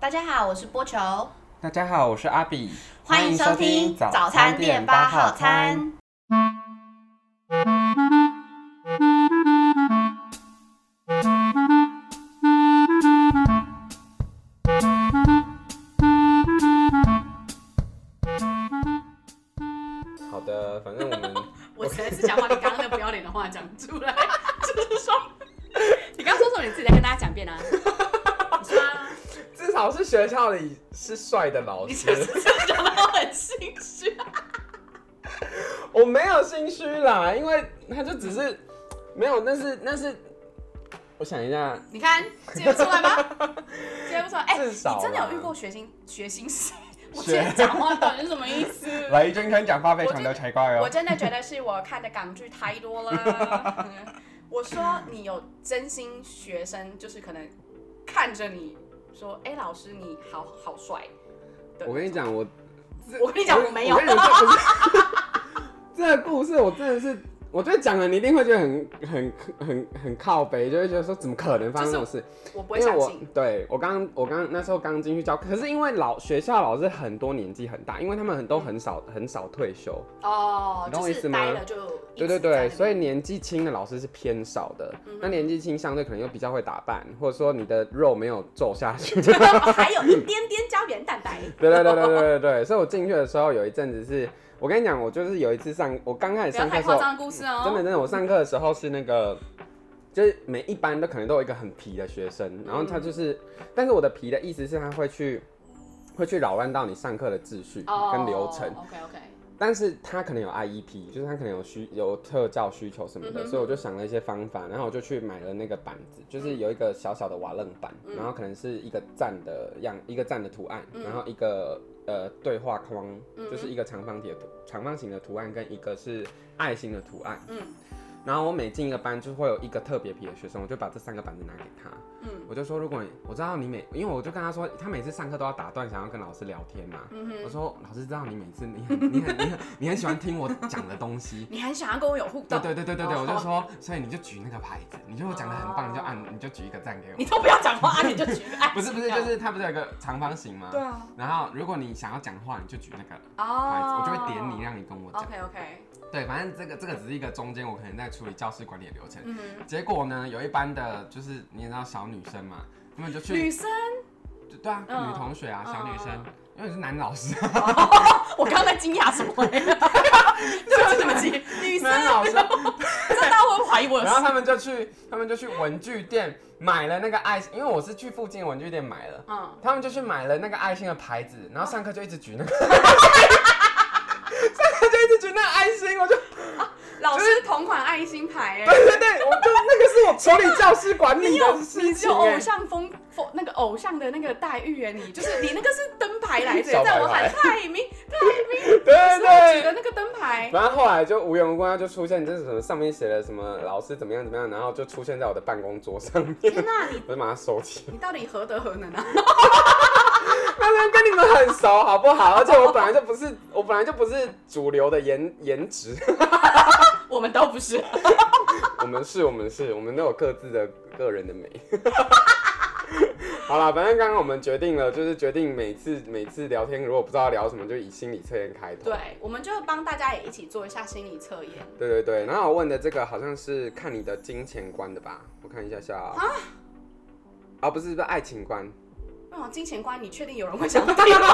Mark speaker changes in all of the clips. Speaker 1: 大家好，我是波球，
Speaker 2: 大家好，我是阿比，
Speaker 1: 欢迎收听早餐店八号餐。。
Speaker 2: 好的，反正我们
Speaker 3: 我实在是想把你刚刚那不要脸的话讲出来，就是说，你刚刚说什么？你自己再跟大家讲 一遍啊！你说啊，
Speaker 2: 至少是学校里是帅的老
Speaker 3: 你是不
Speaker 2: 师，
Speaker 3: 是讲到很心虚啊？
Speaker 2: 我没有心虚啦，因为他就只是没有，那是那是，我想一下，
Speaker 3: 你看接不出来吗？接不出来？哎、
Speaker 2: 至
Speaker 3: 你
Speaker 2: 少啦
Speaker 3: 真的有遇过学心学心师？ 我
Speaker 2: 学
Speaker 3: 今天讲话到底是什么意思？
Speaker 2: 来一阵跟讲话非常的奇怪
Speaker 3: 我
Speaker 2: 哦。
Speaker 3: 真的觉得是我看的港剧太多了。我说你有真心学生，就是可能看着你说，哎、老师你好好帅。
Speaker 2: 我跟你讲，我
Speaker 3: 我跟你讲，我没有
Speaker 2: 我。跟你讲，这不是 这个故事，我真的是，我觉得讲了你一定会觉得很很很很靠北，就会觉得说怎么可能发生这种事？
Speaker 3: 我不
Speaker 2: 因
Speaker 3: 会
Speaker 2: 为
Speaker 3: 相
Speaker 2: 我
Speaker 3: 信。
Speaker 2: 对我刚我刚那时候刚进去教，可是因为老学校老师很多年纪很大，因为他们
Speaker 3: 嗯
Speaker 2: 很都很少很少退休，
Speaker 3: 哦
Speaker 2: 你，懂
Speaker 3: 就
Speaker 2: 我意
Speaker 3: 是
Speaker 2: 思吗
Speaker 3: 待了就一
Speaker 2: 对对
Speaker 3: 直在那
Speaker 2: 对，
Speaker 3: 边嗯
Speaker 2: 所以年纪轻的老师是偏少的，那年纪轻相对可能又比较会打扮，或者说你的肉没有皱下去， 对
Speaker 3: 还有一点点胶原蛋 白。
Speaker 2: 对对对对对对，所以我进去的时候有一阵子是，我跟你讲，我就是有一次上我刚开始
Speaker 3: 不要
Speaker 2: 上课
Speaker 3: 太
Speaker 2: 的时候
Speaker 3: 夸，张的故事哦。
Speaker 2: 真的真的，我上课的时候是那个，就是每一班都可能都有一个很皮的学生，然后他就是，但是我的皮的意思是他会去。会去扰乱到你上课的秩序
Speaker 3: 哦，
Speaker 2: 跟流程
Speaker 3: OK OK。
Speaker 2: 但是他可能有 IEP，就是他可能有需有特教需求什么的，
Speaker 3: 嗯哼
Speaker 2: 所以我就想了一些方法，然后我就去买了那个板子，
Speaker 3: 嗯
Speaker 2: 就是有一个小小的瓦楞板，然后可能是一个赞的样，一个赞的图案，
Speaker 3: 嗯
Speaker 2: 然后一个呃对话框，就是一个长方体的图长方形的图案跟一个是爱心的图案，
Speaker 3: 嗯
Speaker 2: 然后我每进一个班就会有一个特别皮的学生，我就把这三个板子拿给他，
Speaker 3: 嗯
Speaker 2: 我就说如果你我知道你每，因为我就跟他说，他每次上课都要打断，想要跟老师聊天嘛，
Speaker 3: 嗯
Speaker 2: 我
Speaker 3: 哼，，
Speaker 2: 说老师知道你每次你很你很你很你很喜欢听我讲的东西
Speaker 3: 你很想要跟我有互
Speaker 2: 对
Speaker 3: 动，
Speaker 2: 对对对对对，
Speaker 3: 哦
Speaker 2: 我就说，所以你就举那个牌子，你觉得我讲的很棒，
Speaker 3: 哦
Speaker 2: 你就按你就举一个赞给
Speaker 3: 你
Speaker 2: 我。
Speaker 3: 都不要讲话，啊你就举 个爱心
Speaker 2: 不是不是，
Speaker 3: 这
Speaker 2: 就
Speaker 3: 样
Speaker 2: 是它不是有一个长方形吗？
Speaker 3: 对。啊。
Speaker 2: 然后如果你想要讲话，你就举那个牌子，
Speaker 3: 哦。
Speaker 2: 我就会点你，。让你跟我讲。
Speaker 3: OK OK。
Speaker 2: 对，反正这个这个只是一个中间我可能在处理教室管理的流程。
Speaker 3: 嗯哼，
Speaker 2: 结果呢，有一班的就是你也知道小女生嘛，他们就去
Speaker 3: 女生，
Speaker 2: 就对啊，
Speaker 3: 嗯
Speaker 2: 女同学啊，小女生
Speaker 3: 嗯，
Speaker 2: 因为你是男老 师，
Speaker 3: 我刚刚在惊讶什么？ 对不起对 不起，女生，啊
Speaker 2: 男老师
Speaker 3: 这大家会不会怀疑我有
Speaker 2: 然后
Speaker 3: 事？
Speaker 2: 他们就去，他们就去文具店买了那个爱心，因为我是去附近的文具店买了，
Speaker 3: 嗯，
Speaker 2: 他们就去买了那个爱心的牌子，然后上课就一直举那 个，上课就一直举那个爱心，我就
Speaker 3: 老师同款爱心牌哎。
Speaker 2: 对对对，我就那个是我处理教师管
Speaker 3: 你
Speaker 2: 理
Speaker 3: 有
Speaker 2: 的
Speaker 3: 你
Speaker 2: 事
Speaker 3: 只
Speaker 2: 情
Speaker 3: 有
Speaker 2: 哎、
Speaker 3: 偶像风风那个偶像的那个待遇哎，你就是你那个是灯牌来 着，
Speaker 2: 小白
Speaker 3: 在我
Speaker 2: 牌
Speaker 3: 喊蔡明
Speaker 2: 对对
Speaker 3: 我举
Speaker 2: 对。
Speaker 3: 的那个灯牌，
Speaker 2: 然后后来就无缘无故，他就出现，就是什么上面写了什么老师怎么样怎么样，然后就出现在我的办公桌上面，
Speaker 3: 天哪，你
Speaker 2: 我就把它收起来。
Speaker 3: 你到底何德何能啊？
Speaker 2: 他们跟你们很熟，好不好？而且我本来就不是，我本来就不是主流的颜颜值，
Speaker 3: 我们都不是，
Speaker 2: 我们是，我们是，我们都有各自的个人的美。 好啦，反正刚刚我们决定了，就是决定每次每次聊天，如果不知道聊什么，就以心理测验开头。
Speaker 3: 对，我们就帮大家也一起做一下心理测验。
Speaker 2: 对对对，然后我问的这个好像是看你的金钱观的吧？我看一下下啊、啊不是不是爱情观。
Speaker 3: 哇，金钱观，你确定有人会想听 吗？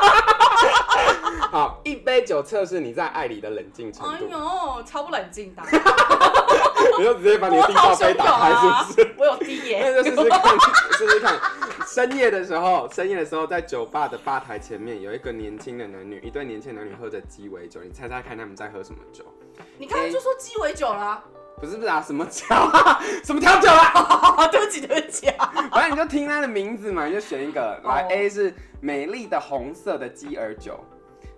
Speaker 2: 好，一杯酒测试你在爱里的冷静程
Speaker 3: 哎
Speaker 2: 度，
Speaker 3: 呦，超不冷静的，啊
Speaker 2: 你就直接把你的
Speaker 3: 波
Speaker 2: 地
Speaker 3: 涛
Speaker 2: 道杯
Speaker 3: 汹涌
Speaker 2: 打开，是不
Speaker 3: 啊
Speaker 2: 是？！
Speaker 3: 我有低
Speaker 2: 那就
Speaker 3: 耶，
Speaker 2: 试试看，试试看。深夜的时候，深夜的时候，在酒吧的吧台前面有一个年轻的男女，一对年轻男女喝着鸡尾酒，你猜猜看他们在喝什么酒？
Speaker 3: 你刚刚就说鸡尾酒 了
Speaker 2: 不是不是啊，什么酒啊， 什么调酒啊？
Speaker 3: 啊，对不起对不起啊，
Speaker 2: 反正你就听他的名字嘛，你就选一个。来
Speaker 3: 哦
Speaker 2: ，A 是美丽的红色的鸡尾酒，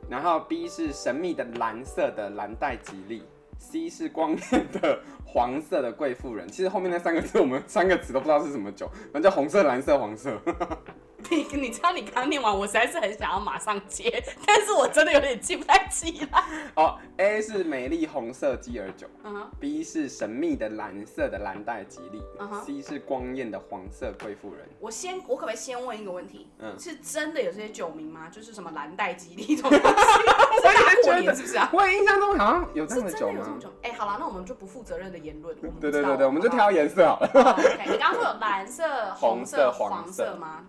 Speaker 2: 然后 B 是神秘的蓝色的蓝带吉利。C 是光亮的黄色的贵妇人，其实后面那三个字我们三个词都不知道是什么酒，反正就红色、蓝色、黄色。
Speaker 3: 你你知道你刚念完，我实在是很想要马上接，但是我真的有点记不太起来。
Speaker 2: 哦，A 是美丽红色基尔酒
Speaker 3: 嗯哼，
Speaker 2: ，B 是神秘的蓝色的蓝带吉利、
Speaker 3: 嗯哼
Speaker 2: c 是光艳的黄色贵妇人。
Speaker 3: 我先我可不可以先问一个问题？
Speaker 2: 嗯
Speaker 3: 是真的有这些酒名吗？就是什么蓝带吉利这 种东西，是大过年是不是啊？
Speaker 2: 我也印象中好像有这
Speaker 3: 是
Speaker 2: 样的
Speaker 3: 真的
Speaker 2: 酒
Speaker 3: 有这
Speaker 2: 吗
Speaker 3: 种？酒？哎、好了，那我们就不负责任的言论，我们
Speaker 2: 对
Speaker 3: 不
Speaker 2: 对
Speaker 3: 知道
Speaker 2: 对对，我们就
Speaker 3: 好不好
Speaker 2: 挑颜色好了。
Speaker 3: 哦 OK，你刚刚说有蓝色、红
Speaker 2: 红色
Speaker 3: 色、
Speaker 2: 黄
Speaker 3: 黄色
Speaker 2: 色
Speaker 3: 吗？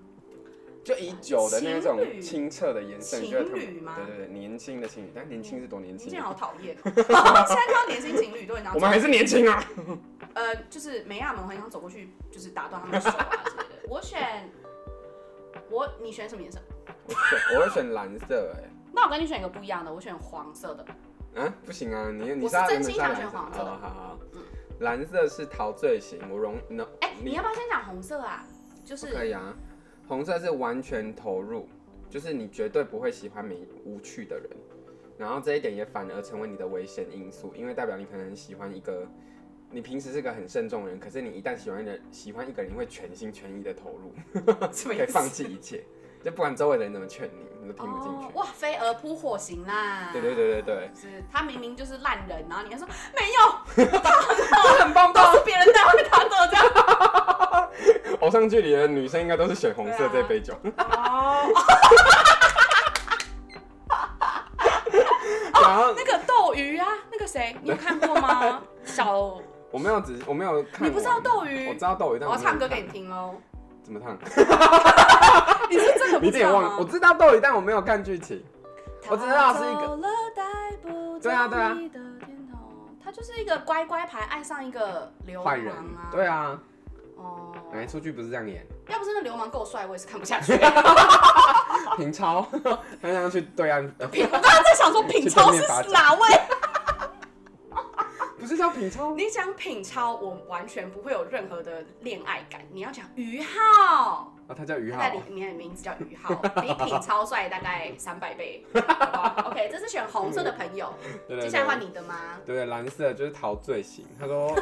Speaker 2: 就以酒的那
Speaker 3: 情侣
Speaker 2: 种清澈的颜色，你觉得他们
Speaker 3: 情侣吗
Speaker 2: 对对对，年轻的情侣，但年轻是多年
Speaker 3: 你
Speaker 2: 轻
Speaker 3: 竟？然好讨厌哦！现在看到年轻情侣都很想
Speaker 2: 我们还是年轻啊！
Speaker 3: 呃，就是梅亚们很想走过去，就是打断他们的手啊之类的。我选我，你选什么颜色？
Speaker 2: 我选 我会选蓝色哎、
Speaker 3: 那我跟你选一个不一样的，我选黄色的。
Speaker 2: 啊，不行啊，你你
Speaker 3: 我是
Speaker 2: 要
Speaker 3: 真
Speaker 2: 你
Speaker 3: 心
Speaker 2: 是要
Speaker 3: 想
Speaker 2: 蓝
Speaker 3: 选黄色的嗯
Speaker 2: 哦好好好，蓝色是陶醉型，我容能
Speaker 3: 哎、你要不要先讲红色啊？就
Speaker 2: 可
Speaker 3: 是
Speaker 2: 以啊。红色是完全投入，就是你绝对不会喜欢没无趣的人，然后这一点也反而成为你的危险因素，因为代表你可能喜欢一个，你平时是个很慎重的人，可是你一旦喜欢人，喜欢一个人，你会全心全意的投 入，
Speaker 3: 什
Speaker 2: 可
Speaker 3: 么
Speaker 2: 以
Speaker 3: 意思
Speaker 2: 放？弃一切，就不管周围的人怎么劝你，你都听不进去。
Speaker 3: 哦，哇，飞蛾扑火型啊啦！
Speaker 2: 对对对对对，
Speaker 3: 是他明明就是烂人，然后你还说没有，
Speaker 2: 这很棒
Speaker 3: 都是别人带坏他的这样。
Speaker 2: 偶像剧里的女生应该都是选红色这杯酒。
Speaker 3: 哦，哦
Speaker 2: 然后
Speaker 3: 那个斗鱼啊，那个谁，你有看过吗？小，
Speaker 2: 我没有只我没有看，
Speaker 3: 你不知道斗鱼
Speaker 2: 我知道斗鱼，
Speaker 3: 我
Speaker 2: 但
Speaker 3: 要
Speaker 2: 没有
Speaker 3: 唱歌
Speaker 2: 看
Speaker 3: 给你听哦。
Speaker 2: 怎么唱？
Speaker 3: 你是真
Speaker 2: 你
Speaker 3: 的不
Speaker 2: 有
Speaker 3: 知
Speaker 2: 点
Speaker 3: 道
Speaker 2: 忘了，
Speaker 3: 吗？
Speaker 2: 我知道斗鱼，但我没有看剧情。我知道是一个
Speaker 3: 他走了带不走
Speaker 2: 对啊对啊
Speaker 3: 你的天堂他就是一个乖乖牌，爱上一个流
Speaker 2: 坏
Speaker 3: 氓
Speaker 2: 人
Speaker 3: 啊。，
Speaker 2: 对啊，哎
Speaker 3: 哦，
Speaker 2: 本来出剧不是这样演，
Speaker 3: 要不是那流氓够帅，我也是看不下去。
Speaker 2: 平超， 他想要去对岸， 呃
Speaker 3: 品，我刚刚在想说品超
Speaker 2: 去对面罚
Speaker 3: 是
Speaker 2: 酒
Speaker 3: 哪位？
Speaker 2: 不是叫平超，
Speaker 3: 你讲品超，我完全不会有任何的恋爱感。你要讲于浩，
Speaker 2: 啊，他叫于
Speaker 3: 他
Speaker 2: 浩
Speaker 3: 在，里面的名字叫于浩，比品超帅大概三百倍。好不好 OK，这是选红色的朋友，
Speaker 2: 对对
Speaker 3: 接
Speaker 2: 对
Speaker 3: 下来换你的吗？
Speaker 2: 对对，蓝色就是陶醉型。他说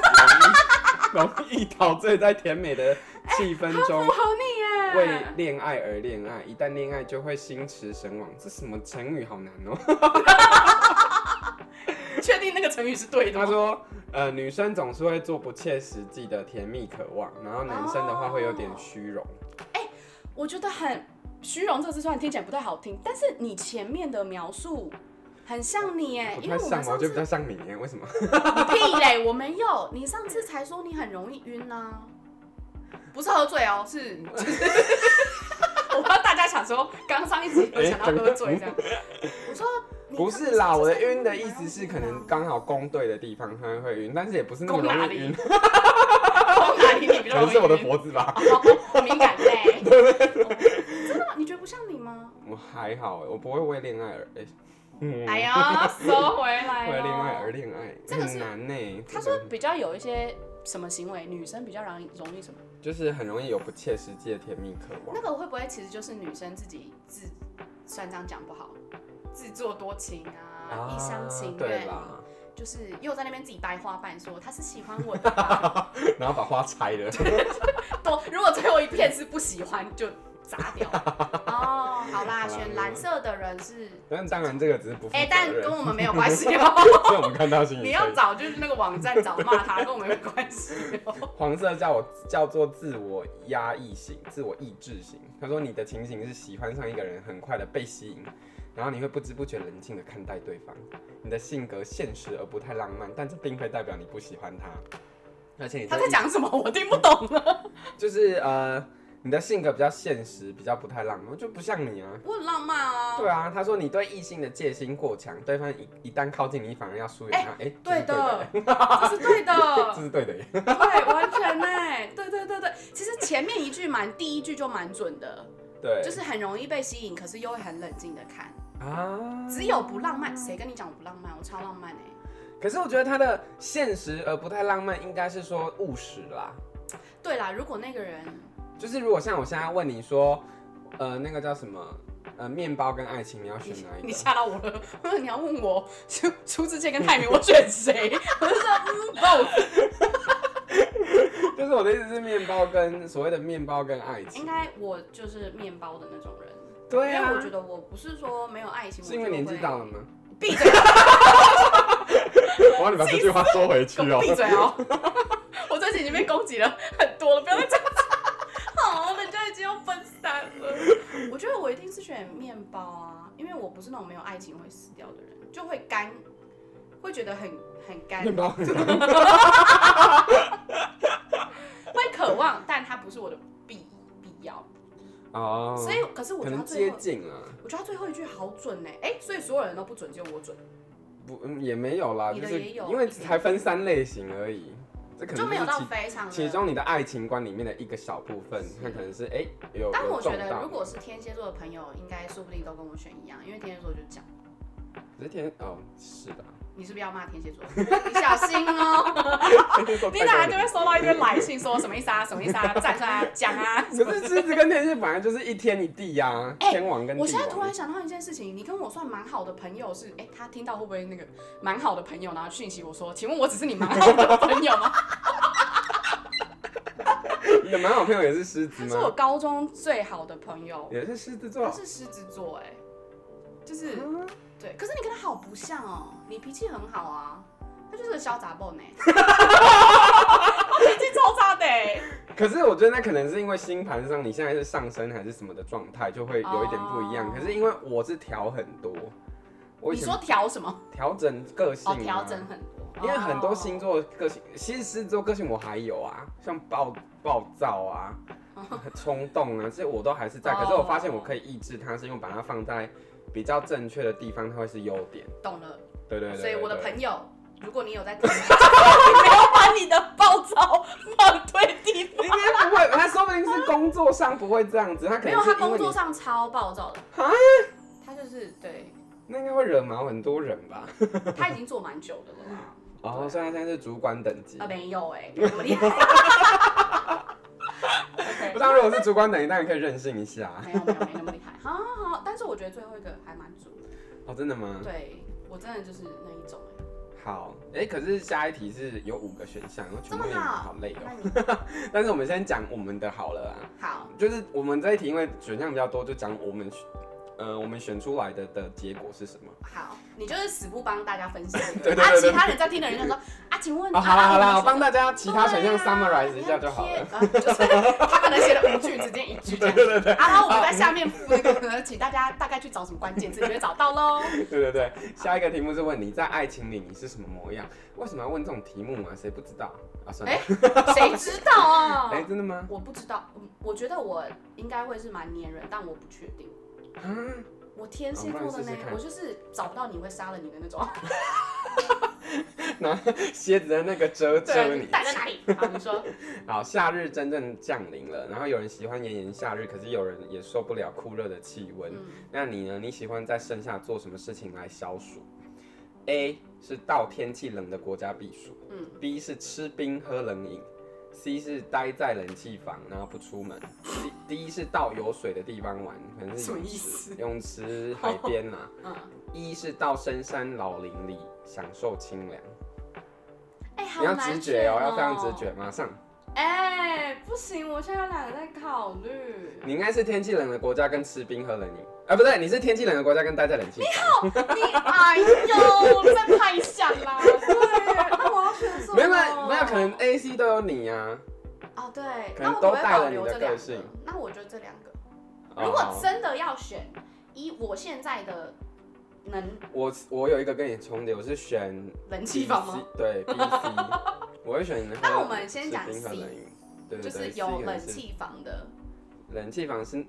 Speaker 2: 容易容易陶醉在甜美的气氛中
Speaker 3: 我，哎好啊你
Speaker 2: 为
Speaker 3: 耶！
Speaker 2: 恋爱而恋爱，一旦恋爱就会心驰神往。这什么成语好难 哦。
Speaker 3: 确定那个成语是对的
Speaker 2: 他
Speaker 3: 吗？
Speaker 2: 说，呃，女生总是会做不切实际的甜蜜渴望，然后男生的
Speaker 3: 哦
Speaker 2: 话会有点虚荣。
Speaker 3: 我觉得很虚荣，这个字虽然听起来不太好听，但是你前面的描述很像你耶，
Speaker 2: 我
Speaker 3: 因
Speaker 2: 太
Speaker 3: 为我
Speaker 2: 像，我哦
Speaker 3: 们上
Speaker 2: 觉得比较
Speaker 3: 次
Speaker 2: 像你耶，为什么？
Speaker 3: 屁嘞，我没有，你上次才说你很容易晕啊，不是喝醉哦，是。就是我不知道大家想说，刚上一集有想到喝醉这样。我说你
Speaker 2: 不是啦，
Speaker 3: 上
Speaker 2: 我
Speaker 3: 次
Speaker 2: 的
Speaker 3: 才说你
Speaker 2: 晕的
Speaker 3: 很
Speaker 2: 意
Speaker 3: 容
Speaker 2: 思
Speaker 3: 易
Speaker 2: 是
Speaker 3: 晕
Speaker 2: 可能
Speaker 3: 啊
Speaker 2: 刚好攻对的地方它会晕，但是也不是那么
Speaker 3: 攻哪
Speaker 2: 容易
Speaker 3: 里
Speaker 2: 晕，
Speaker 3: 从哪里你比
Speaker 2: 可
Speaker 3: 较容
Speaker 2: 能
Speaker 3: 易
Speaker 2: 是我的
Speaker 3: 晕
Speaker 2: 脖子吧。
Speaker 3: 哦敏 感嘞。哦真的吗？你觉得不像你吗？
Speaker 2: 我还好欸，我不会为恋爱而哎，嗯，
Speaker 3: 哎呀，收回 来
Speaker 2: 为
Speaker 3: 了。
Speaker 2: 恋爱而恋爱，
Speaker 3: 这个
Speaker 2: 很
Speaker 3: 是
Speaker 2: 难呢。
Speaker 3: 他
Speaker 2: 这
Speaker 3: 说
Speaker 2: 个
Speaker 3: 比较有一些什么行为，女生比较容易容易什么？
Speaker 2: 就是很容易有不切实际的甜蜜渴望
Speaker 3: 那。个会不会其实就是女生自己自，虽然这样讲不好，自作多情啊，一厢情
Speaker 2: 对
Speaker 3: 愿，
Speaker 2: 啦，
Speaker 3: 就是又在那边自己掰花瓣说他是喜欢我的吧，
Speaker 2: 然后把花拆了，
Speaker 3: 都如果最后一片是不喜欢就砸掉。哦，好啦，选蓝色的人是，
Speaker 2: 但当然这个只是不负
Speaker 3: 哎、
Speaker 2: 责
Speaker 3: 但
Speaker 2: 任
Speaker 3: 跟，我们没有关系哦。
Speaker 2: 所以我们看到心里
Speaker 3: 你
Speaker 2: 可
Speaker 3: 要
Speaker 2: 以
Speaker 3: 找就是那个网站找骂他，跟我们没关系哦。
Speaker 2: 黄色叫我叫做自我压抑型、自我抑制型。他说你的情形是喜欢上一个人，很快的被吸引，然后你会不知不觉冷静的看待对方。你的性格现实而不太浪漫，但这并非代表你不喜欢他。而且你
Speaker 3: 他
Speaker 2: 在
Speaker 3: 在讲什么？我听不懂了。
Speaker 2: 就是呃，你的性格比较现实，比较不太浪漫，就不像你啊。
Speaker 3: 我很浪漫啊。
Speaker 2: 对啊，他说你对异性的戒心过强，对方一一旦靠近你，反而要疏远他。哎、这
Speaker 3: 对
Speaker 2: 是
Speaker 3: 的，呃这是对
Speaker 2: 这
Speaker 3: 的，
Speaker 2: 是对的耶。
Speaker 3: 对，完全哎，对对对对，其实前面一句蛮，第一句就蛮准的，
Speaker 2: 对，
Speaker 3: 就是很容易被吸引，可是又会很冷静的看，
Speaker 2: 啊，
Speaker 3: 只有不浪漫，谁跟你讲我不浪漫？我超浪漫哎，
Speaker 2: 可是我觉得他的现实而不太浪漫，应该是说务实啦。
Speaker 3: 对啦，如果那个人，
Speaker 2: 就是如果像我现在问你说，呃，那个叫什么，呃，面包跟爱情，你要 选哪一
Speaker 3: 你
Speaker 2: 个？
Speaker 3: 吓到我了，我 说你要问我苏苏志燮跟泰明我选谁？我就说嗯 both，
Speaker 2: 就是我的意思是，面包跟所谓的面包跟爱情
Speaker 3: 应，该我就是面包的那种人。
Speaker 2: 对
Speaker 3: 因为
Speaker 2: 啊
Speaker 3: 我，觉得我不是说没有爱情，
Speaker 2: 是因为年纪大了
Speaker 3: 了，
Speaker 2: 吗？
Speaker 3: 闭嘴，
Speaker 2: 我要你把这句话收回去
Speaker 3: 给
Speaker 2: 哦
Speaker 3: 我。闭嘴哦！ 我最近已经被攻击了很多了，不要 再讲了。哦，人家已经要分散了。我觉得我一定是选面包啊，因为我不是那种没有爱情会死掉的人，就会干，会觉得很很干，
Speaker 2: 面包很难
Speaker 3: 会渴望，但它不是我的必必要。
Speaker 2: 哦，
Speaker 3: 所以，可是我
Speaker 2: 可
Speaker 3: 觉得他
Speaker 2: 能
Speaker 3: 最
Speaker 2: 接
Speaker 3: 后，
Speaker 2: 近了，
Speaker 3: 我觉得他最后一句好准呢、哎、所以所有人都不准，只有我准，
Speaker 2: 不嗯也没有啦，
Speaker 3: 你
Speaker 2: 就
Speaker 3: 的
Speaker 2: 是
Speaker 3: 也有
Speaker 2: 因为才分三类型而已，这可
Speaker 3: 就
Speaker 2: 能
Speaker 3: 没有
Speaker 2: 是
Speaker 3: 到
Speaker 2: 其
Speaker 3: 非常的。
Speaker 2: 其中你的爱情观里面的一个小部分，那可能是哎、有
Speaker 3: 但
Speaker 2: 有
Speaker 3: 我觉
Speaker 2: 撞
Speaker 3: 得，
Speaker 2: 到
Speaker 3: 如，果是天蝎座的朋友，应该说不定都跟我选一样，因为天蝎座就这样。
Speaker 2: 可是天哦是的，
Speaker 3: 你是不是要骂天蝎座？ 你小心 哦，
Speaker 2: 天蝎座
Speaker 3: 你
Speaker 2: 太
Speaker 3: 等下
Speaker 2: 多
Speaker 3: 就
Speaker 2: 了
Speaker 3: 会收到一堆来信，说什么意思啊，什么意思啊，站出来啊讲啊。
Speaker 2: 可是狮子跟天蝎本来就是一天一地呀、啊，
Speaker 3: 哎
Speaker 2: 天王跟地王。
Speaker 3: 我现在突然想到一件事情，你跟我算蛮好的朋友是，哎、他听到会不会那个蛮好的朋友，然后讯息我说，请问我只是你蛮好的朋友吗？
Speaker 2: 你的蛮好朋友也是狮子
Speaker 3: 他 是我哦
Speaker 2: 吗？
Speaker 3: 高中最好的朋友，
Speaker 2: 也是狮子座
Speaker 3: 他。是狮子座、哎，就是
Speaker 2: 嗯
Speaker 3: 对，可是你跟他好不像哦，你脾气很好啊，他就是个小杂蹦 呢，他脾气超差的、哎
Speaker 2: 可是我觉得那可能是因为星盘上你现在是上升还是什么的状态，就会有一点不一样。
Speaker 3: 哦
Speaker 2: 可是因为我是调很多，我以
Speaker 3: 你
Speaker 2: 前
Speaker 3: 说调什么？
Speaker 2: 调整个性、
Speaker 3: 哦
Speaker 2: 啊，，
Speaker 3: 调整很多，哦
Speaker 2: 因为很多星
Speaker 3: 座
Speaker 2: 座个性，其实狮子座个性我还有啊，像暴暴躁 啊、冲动啊，这些我都还是在。
Speaker 3: 哦
Speaker 2: 可是我发现我可以抑制它，是因为把它放在比较正确的地方，它会是优点。
Speaker 3: 懂了，
Speaker 2: 对对对
Speaker 3: 所以我的
Speaker 2: 对
Speaker 3: 朋友。如果你有在听， 你没有把你的暴躁放对地方，
Speaker 2: 应该不会，他说不定是工作上不会这样子，他可
Speaker 3: 没
Speaker 2: 能
Speaker 3: 有
Speaker 2: 是
Speaker 3: 他
Speaker 2: 因
Speaker 3: 工
Speaker 2: 为你
Speaker 3: 作上超暴躁的，他就是对，
Speaker 2: 那应该会惹毛很多人吧？
Speaker 3: 他已经做蛮久的了啦。
Speaker 2: 哦，所以他现在 是主管等级
Speaker 3: 啊，，没有哎、欸，我厉害。
Speaker 2: 不
Speaker 3: OK，
Speaker 2: 知道如果是主管等级，当然可以任性一下。
Speaker 3: 没有没有没那么厉害，好好好，但是我觉得最后一个还蛮准的，
Speaker 2: 哦，真的吗？
Speaker 3: 对我真的就是那一种哎、
Speaker 2: 好，哎、可是下一题是有五个选项，然后全部
Speaker 3: 这么
Speaker 2: 念
Speaker 3: 好
Speaker 2: 好累
Speaker 3: 那
Speaker 2: 哦。
Speaker 3: 你
Speaker 2: 但是我们先讲我们的好了啊，
Speaker 3: 好，
Speaker 2: 就是我们这一题因为选项比较多，就讲我们选，呃，我们选出来的的结果是什么。
Speaker 3: 好，你就是死不帮大家分析这
Speaker 2: 对对对
Speaker 3: 个，
Speaker 2: 对
Speaker 3: 啊，其他人在听的人就说啊，请问
Speaker 2: 哦，好了好了，我帮
Speaker 3: 他
Speaker 2: 大家其他选项 summarize 一下就 好了。
Speaker 3: 啊、就是他可能写了五句，直接一 句这样。对对对。啊，然后我们在下面附那个，请大家大概去找什么关键字，你会找到喽。
Speaker 2: 对对对，下一个题目是问你在爱情里你是什么模样？为什么要问这种题目啊？谁不知道啊？算了，
Speaker 3: 哎
Speaker 2: 哎、
Speaker 3: 谁知道啊？
Speaker 2: 真的吗？
Speaker 3: 我不知道，嗯我觉得我应该会是蛮粘人，但我不确定。
Speaker 2: 啊，
Speaker 3: 我天蝎座
Speaker 2: 好
Speaker 3: 的
Speaker 2: 不
Speaker 3: 呢，
Speaker 2: 然试试看
Speaker 3: 我就是找不到你会杀了你的那 种。
Speaker 2: 拿鞋子的那个遮遮
Speaker 3: 对，
Speaker 2: 你
Speaker 3: 你。带在哪里？好，你说。
Speaker 2: 好，夏日真正降临了，然后有人喜欢炎炎夏日，可是有人也受不了酷热的气温。
Speaker 3: 嗯，
Speaker 2: 那你呢？你喜欢在盛夏做什么事情来消暑？A 是到天气冷的国家避暑，
Speaker 3: 嗯
Speaker 2: ，B 是吃冰喝冷饮，C 是待在冷气房然后不出门，D D 是到有水的地方玩，可能是
Speaker 3: 什么
Speaker 2: 泳
Speaker 3: 意思
Speaker 2: 池、泳池、海边呐、
Speaker 3: 嗯，
Speaker 2: E 是到深山老林里享受清凉。
Speaker 3: 哎、
Speaker 2: 你
Speaker 3: 好
Speaker 2: 要
Speaker 3: 难
Speaker 2: 直觉哦，
Speaker 3: 选
Speaker 2: 要非常直。觉，马上。
Speaker 3: 哎、不行，我现在有两个在考虑。
Speaker 2: 你应该是天气冷的国家跟吃冰喝冷饮，啊，不对，你是天气冷的国家跟待在冷气房。
Speaker 3: 你哎呦，在拍想啦。对，那我要选什么？
Speaker 2: 没有没有没有，可能
Speaker 3: 哎
Speaker 2: A、C 都有你啊。
Speaker 3: 哦，对，
Speaker 2: 可能
Speaker 3: 那我
Speaker 2: 都
Speaker 3: 不会
Speaker 2: 带了
Speaker 3: 保
Speaker 2: 你
Speaker 3: 留
Speaker 2: 的
Speaker 3: 这两
Speaker 2: 个性
Speaker 3: 个。那我就这两个。
Speaker 2: 哦
Speaker 3: 如果真的要选，以我现在的能
Speaker 2: 我我有一个跟你重叠，我是选
Speaker 3: 冷气房吗？
Speaker 2: BC？对，B C，我会选。
Speaker 3: 那我们先讲
Speaker 2: 吃冰和
Speaker 3: C
Speaker 2: 冷饮，对
Speaker 3: 就
Speaker 2: 对
Speaker 3: 是
Speaker 2: 对，
Speaker 3: 有
Speaker 2: C 可能
Speaker 3: 冷
Speaker 2: 是。
Speaker 3: 气房的，
Speaker 2: 冷气房是，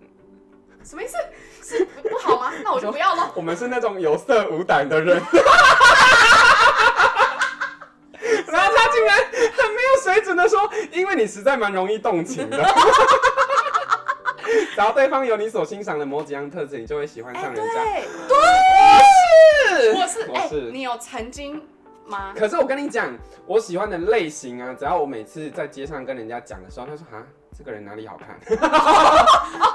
Speaker 3: 什么意思？是不好 吗？那我就不要了。
Speaker 2: 我们是那种有色无胆的人。然后他竟然很没有水准的说，因为你实在蛮容易动情的。 然后对方有你所欣赏的某几样特质，你就会喜欢上人家。
Speaker 3: 哎对，我是
Speaker 2: 我
Speaker 3: 哎
Speaker 2: 是，
Speaker 3: 你有曾经吗？
Speaker 2: 可是我跟你讲，我喜欢的类型啊，只要我每次在街上跟人家讲的时候，他说啊，这个人哪里好看？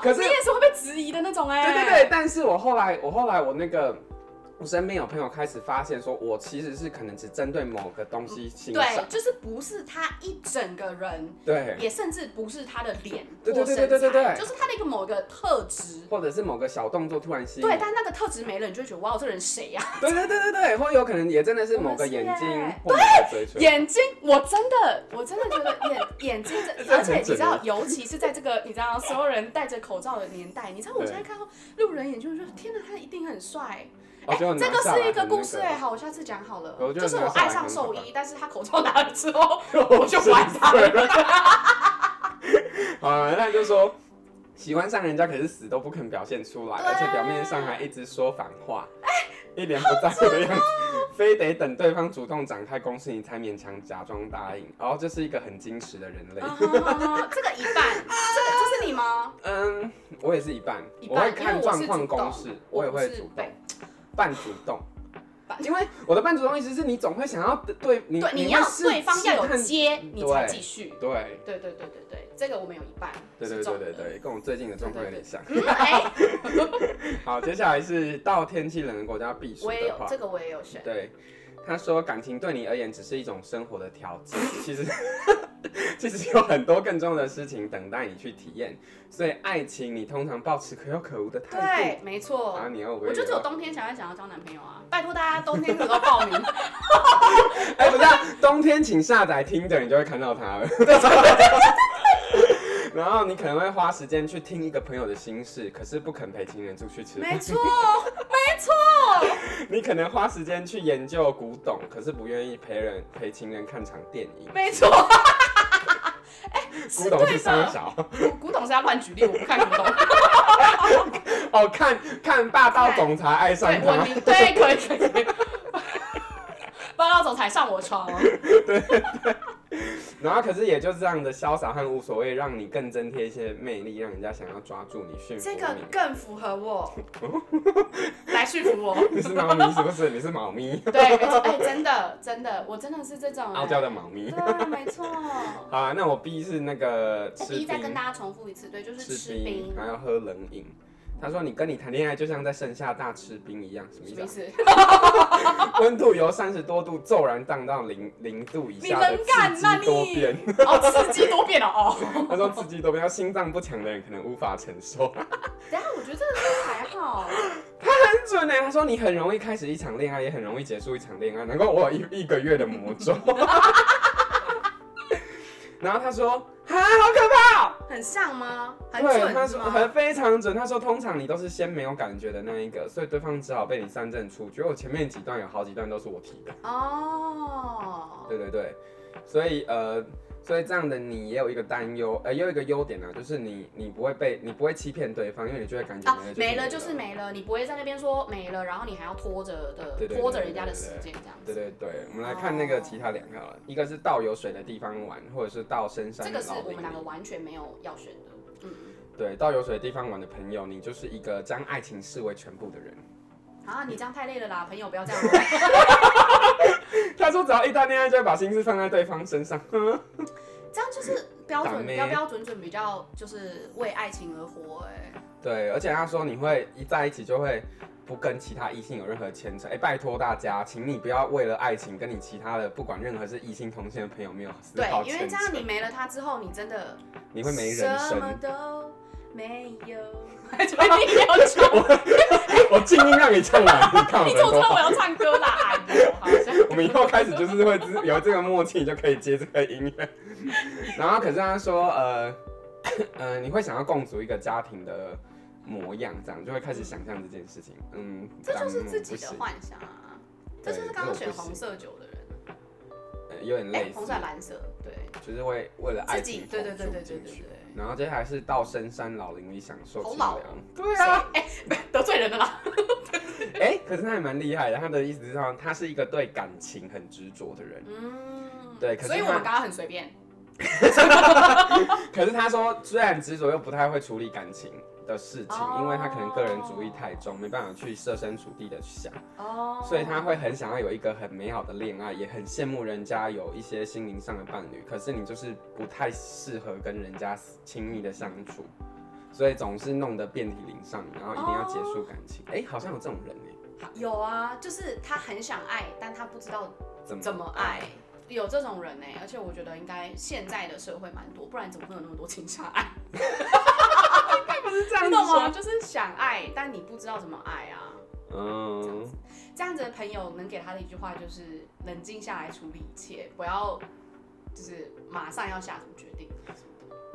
Speaker 2: 可是
Speaker 3: 你也是会被质疑的那种哎。
Speaker 2: 对对对，但是我后来我后来我那个我身边有朋友开始发现，说我其实是可能只针对某个东西欣赏
Speaker 3: 对，，就是不是他一整个人，
Speaker 2: 对，
Speaker 3: 也甚至不是他的脸
Speaker 2: 对
Speaker 3: 或
Speaker 2: 对对
Speaker 3: 身
Speaker 2: 对对对
Speaker 3: 材，
Speaker 2: 对
Speaker 3: 就是他的一个某一个特质。
Speaker 2: 或者是某个小动作突然吸引
Speaker 3: 对，但那个特质没了，你就会觉得哇，这人谁呀、
Speaker 2: 对对对对对，或有可能也真的是某个眼睛
Speaker 3: 我们是耶
Speaker 2: 或某个嘴唇，
Speaker 3: 眼睛，我真的，我真的觉得眼眼睛这，
Speaker 2: 这
Speaker 3: 而且
Speaker 2: 很
Speaker 3: 你知
Speaker 2: 准
Speaker 3: 道
Speaker 2: 耶，
Speaker 3: 尤其是在这个你知道所有人戴着口罩的年代，你知道我
Speaker 2: 对
Speaker 3: 现在看到路人眼睛，我就觉得天哪，他一定很帅。哎
Speaker 2: 哦就拿
Speaker 3: 这个
Speaker 2: 下来
Speaker 3: 是一个
Speaker 2: 很
Speaker 3: 故
Speaker 2: 那
Speaker 3: 事
Speaker 2: 个
Speaker 3: 哎、好，我下次讲好了。
Speaker 2: 我觉得
Speaker 3: 就是
Speaker 2: 拿
Speaker 3: 我
Speaker 2: 下来
Speaker 3: 爱上
Speaker 2: 很
Speaker 3: 兽
Speaker 2: 可
Speaker 3: 医，但是他口罩拿了之 后，我就不
Speaker 2: 完
Speaker 3: 爱他了。
Speaker 2: 啊，那就说喜欢上人家，可是死都不肯表现出来，
Speaker 3: 对啊哎
Speaker 2: 而且表面上还一直说反话，一脸不在乎的样子，非得等对方主动展开攻势，你才勉强假装答应。然后这是一个很矜持的人类。
Speaker 3: 嗯哼哼哼这个一 半，这个这是你吗？
Speaker 2: 嗯，我也是一半，
Speaker 3: 一
Speaker 2: 我
Speaker 3: 半
Speaker 2: 会看状况攻势
Speaker 3: 因为，
Speaker 2: 我
Speaker 3: 我
Speaker 2: 也会
Speaker 3: 是主动我不是
Speaker 2: 主动
Speaker 3: 被，
Speaker 2: 半主动。
Speaker 3: 半
Speaker 2: 因为我的半主动意思是你总会想要对你，
Speaker 3: 对，你
Speaker 2: 会
Speaker 3: 要
Speaker 2: 试
Speaker 3: 对方要有
Speaker 2: 试
Speaker 3: 接，你才
Speaker 2: 对
Speaker 3: 继续。
Speaker 2: 探对。
Speaker 3: 对对对对对，这个我们有一半
Speaker 2: 对
Speaker 3: 是
Speaker 2: 对对
Speaker 3: 中
Speaker 2: 对
Speaker 3: 的。
Speaker 2: 对，跟我最近的状况有点像。
Speaker 3: 嗯，哎、
Speaker 2: 好，接下来是到天气冷的国家避暑
Speaker 3: 我也
Speaker 2: 的
Speaker 3: 有
Speaker 2: 话，
Speaker 3: 这个，我也有选。
Speaker 2: 对，他说感情对你而言只是一种生活的调剂， 其实其实有很多更重要的事情等待你去体验，所以爱情你通常抱持可有可无的态
Speaker 3: 对，没
Speaker 2: 度。
Speaker 3: 错
Speaker 2: 啊，。你要
Speaker 3: 我就只有
Speaker 2: 冬，
Speaker 3: 冬天才会想要交男朋友啊！拜托大家冬天可都 报名，
Speaker 2: 哎、不是啊、冬天请下载听的，你就会看到他了。 然后你可能会花时间去听一个朋友的心事，可是不肯陪情人出去吃饭。
Speaker 3: 没错，
Speaker 2: 你可能花时间去研究古董，可是不愿意陪人陪情人看场电影。
Speaker 3: 没错。哎、
Speaker 2: 古
Speaker 3: 是
Speaker 2: 董是
Speaker 3: 对
Speaker 2: 三
Speaker 3: 的，
Speaker 2: 小，
Speaker 3: 古古董是要乱举例，我不看古董。
Speaker 2: 哦，看看霸道总裁爱上
Speaker 3: 对，我
Speaker 2: 他，
Speaker 3: 明对，可以可以可以。霸道总裁上我 床，哦
Speaker 2: 然后可是也就这样的潇洒和无所谓，让你更增添一些魅力，让人家想要抓住你，驯服
Speaker 3: 这个
Speaker 2: 你。
Speaker 3: 更符合我，来驯服我。
Speaker 2: 你是猫咪是不是？你是猫咪，
Speaker 3: 对，没错，哎、真的真的，我真的是这种
Speaker 2: 傲
Speaker 3: 人。
Speaker 2: 娇的猫咪。
Speaker 3: 对，没错。
Speaker 2: 好啊，那我 B 是那个
Speaker 3: 我
Speaker 2: 吃
Speaker 3: 第一再跟
Speaker 2: 冰，
Speaker 3: 大家重复一次，对，就是吃冰
Speaker 2: 冰，。还要喝冷饮。他说：“你跟你谈恋爱就像在盛夏大吃冰一样，什么
Speaker 3: 什
Speaker 2: 意
Speaker 3: 么
Speaker 2: 思
Speaker 3: 意
Speaker 2: 啊？
Speaker 3: 思？
Speaker 2: 温度由三十多度骤然荡到零零度以
Speaker 3: 你
Speaker 2: 下的
Speaker 3: 能干那
Speaker 2: 刺激
Speaker 3: 你
Speaker 2: 多变。
Speaker 3: 哦，刺激多变了哦。
Speaker 2: 他说刺激多变，要心脏不强的人可能无法承受。
Speaker 3: 等一下我觉得这个还好，
Speaker 2: 很准呢、他说你很容易开始一场恋爱，也很容易结束一场恋爱，难怪我有一一个月的魔咒。 然后他说啊，好可
Speaker 3: 很像吗？
Speaker 2: 怕，
Speaker 3: 很
Speaker 2: 对，他
Speaker 3: 准是
Speaker 2: 说
Speaker 3: 吗？
Speaker 2: 很非常准。他说通常你都是先没有感觉的那一个，所以对方只好被你三振出局。我前面几段有好几段都是我提的。
Speaker 3: 哦，
Speaker 2: 对对对，所以呃，所以这样的你也有一个担忧，呃，也有一个优点啊，就是你你不会被你不会欺骗对方，因为你就会感觉
Speaker 3: 啊，没了就是
Speaker 2: 没了。
Speaker 3: 没了，你不会在那边说没了，然后你还要拖着的
Speaker 2: 对对对
Speaker 3: 拖着人家的时间这样
Speaker 2: 对
Speaker 3: 子。
Speaker 2: 对对，我们来看那个其他两个好了，一个是到有水的地方玩，或者是到深山
Speaker 3: 这
Speaker 2: 的
Speaker 3: 个是
Speaker 2: 老
Speaker 3: 我
Speaker 2: 林
Speaker 3: 们两个
Speaker 2: 里。
Speaker 3: 完全没有要选的。嗯，
Speaker 2: 对，到有水的地方玩的朋友，你就是一个将爱情视为全部的人。
Speaker 3: 啊，你这样太累了啦，朋友不要这样哦。
Speaker 2: 他说，只要一谈恋爱，就会把心思放在对方身上。
Speaker 3: 这样就是标
Speaker 2: 打
Speaker 3: 准
Speaker 2: 咩
Speaker 3: 标标准准比较就是为爱情而活哎、
Speaker 2: 对，而且他说你会一在一起就会不跟其他异性有任何牵扯。哎、拜托大家，请你不要为了爱情跟你其他的不管任何是异性同性的朋友没有丝
Speaker 3: 对
Speaker 2: 毫，
Speaker 3: 因为
Speaker 2: 牵
Speaker 3: 这
Speaker 2: 扯，
Speaker 3: 样你没了他之后，你真的
Speaker 2: 你会没人
Speaker 3: 什么
Speaker 2: 生。
Speaker 3: 都没 有。怎么你要唱？
Speaker 2: 我静音让你唱完，你看我
Speaker 3: 你
Speaker 2: 人
Speaker 3: 怎么知
Speaker 2: 多
Speaker 3: 道我要唱歌啦？哎呦，好像
Speaker 2: 我们以后开始就是会知有这个默契，就可以接这个音乐。然后可是他说，呃，呃，你会想要共组一个家庭的模样，这样就会开始想象这件事情。嗯，
Speaker 3: 这
Speaker 2: 咱
Speaker 3: 就是
Speaker 2: 们
Speaker 3: 自己
Speaker 2: 不
Speaker 3: 的
Speaker 2: 行
Speaker 3: 幻想啊。这就是刚刚选红色酒的人，
Speaker 2: 呃有点
Speaker 3: 哎、
Speaker 2: 类似
Speaker 3: 红，色蓝色，对，
Speaker 2: 就是会为了爱
Speaker 3: 自己
Speaker 2: 情
Speaker 3: 对对对
Speaker 2: 投注
Speaker 3: 对对
Speaker 2: 进
Speaker 3: 对
Speaker 2: 去
Speaker 3: 对。
Speaker 2: 然后接下来是到深山老林里享受
Speaker 3: 好
Speaker 2: 清
Speaker 3: 老
Speaker 2: 凉
Speaker 3: 哦。
Speaker 2: 对
Speaker 3: 谁
Speaker 2: 啊，
Speaker 3: 哎、得罪人了啦。
Speaker 2: 哎、可是他也蛮厉害的。他的意思是说，他是一个对感情很执着的人。
Speaker 3: 嗯，
Speaker 2: 对可是
Speaker 3: 所以
Speaker 2: 他
Speaker 3: 我们刚刚很随便。
Speaker 2: 可是他说，虽然执着又不太会处理感情的事情，
Speaker 3: 哦
Speaker 2: 因为他可能个人主义太重，没办法去设身处地的想，
Speaker 3: 哦
Speaker 2: 所以他会很想要有一个很美好的恋爱，也很羡慕人家有一些心灵上的伴侣。可是你就是不太适合跟人家亲密的相处，
Speaker 3: 哦
Speaker 2: 所以总是弄得遍体鳞伤，然后一定要结束感情。哎、好像有这种人哎、
Speaker 3: 有啊，就是他很想爱，但他不知道
Speaker 2: 怎么
Speaker 3: 怎么爱？，有这种人呢、欸而且我觉得应该现在的社会蛮多，不然怎么会有那么多情杀案？
Speaker 2: 不是这样
Speaker 3: 你
Speaker 2: 子
Speaker 3: 懂吗？
Speaker 2: 说。
Speaker 3: 就是想爱，但你不知道怎么爱啊。这样
Speaker 2: 嗯
Speaker 3: 子，这样子的朋友能给他的一句话就是：冷静下来处理一切，不要就是马上要下什么决定。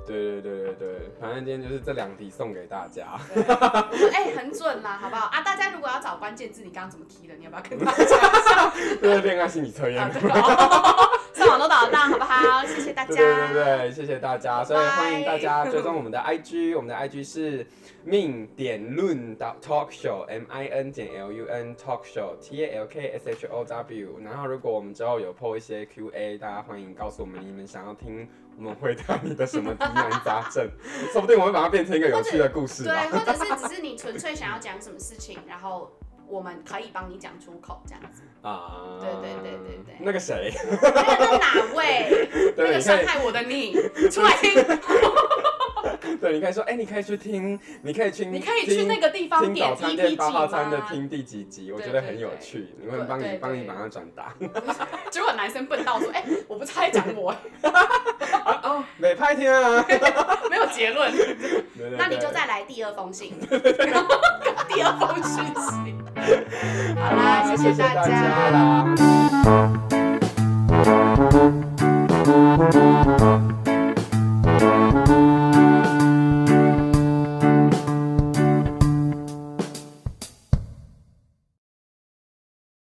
Speaker 2: 对对对对对，反正今天就是这两题送给大家。
Speaker 3: 对我说哎、很准啦，好不好啊？大家如果要找关键字，你刚刚怎么提的？你要不要跟大家讲 一下？
Speaker 2: 这是恋爱心理测验
Speaker 3: 啊，。对哦， 上网都找得到，好不好？谢谢大家。
Speaker 2: 对对对对，谢谢大家，所以
Speaker 3: 拜拜
Speaker 2: 欢迎大家追踪我们的 IG，我们的 IG 是命点论到 talk show m i n 减 l u n talk show t a l k s h o w。然后如果我们之后有 po 一些 QA，大家欢迎告诉我们你们想要听我们回答你的什么疑难杂 症，说不定我会把它变成一个有趣的故事吧。
Speaker 3: 对，或者是只是你纯粹想要讲什么事情，然后我们可以帮你讲出口这样 子。
Speaker 2: 啊，
Speaker 3: 对对对对对
Speaker 2: 那个谁，
Speaker 3: 那个哪位？那
Speaker 2: 对，
Speaker 3: 个
Speaker 2: 你
Speaker 3: 伤
Speaker 2: 可以
Speaker 3: 害我的你，出来听，
Speaker 2: 对，你可以说，哎、你可以去听，你可以去，
Speaker 3: 你可以去那个地方
Speaker 2: 听
Speaker 3: 点
Speaker 2: 早餐
Speaker 3: EP
Speaker 2: 店
Speaker 3: 几
Speaker 2: 八号餐的
Speaker 3: 吗？
Speaker 2: 听第几集，我
Speaker 3: 对
Speaker 2: 觉得
Speaker 3: 对
Speaker 2: 很有
Speaker 3: 对
Speaker 2: 趣，你
Speaker 3: 对
Speaker 2: 会帮你
Speaker 3: 对
Speaker 2: 帮你
Speaker 3: 对
Speaker 2: 把它转达。
Speaker 3: 结果男生笨到说：“哎、我不是在讲 我，
Speaker 2: 哦，美拍天 啊！对
Speaker 3: 没有结论。”
Speaker 2: 对对
Speaker 3: 那你就再来第二封信，第二封讯息。好啦，谢
Speaker 2: 谢
Speaker 3: 谢大
Speaker 2: 大
Speaker 3: 家。
Speaker 2: 啦。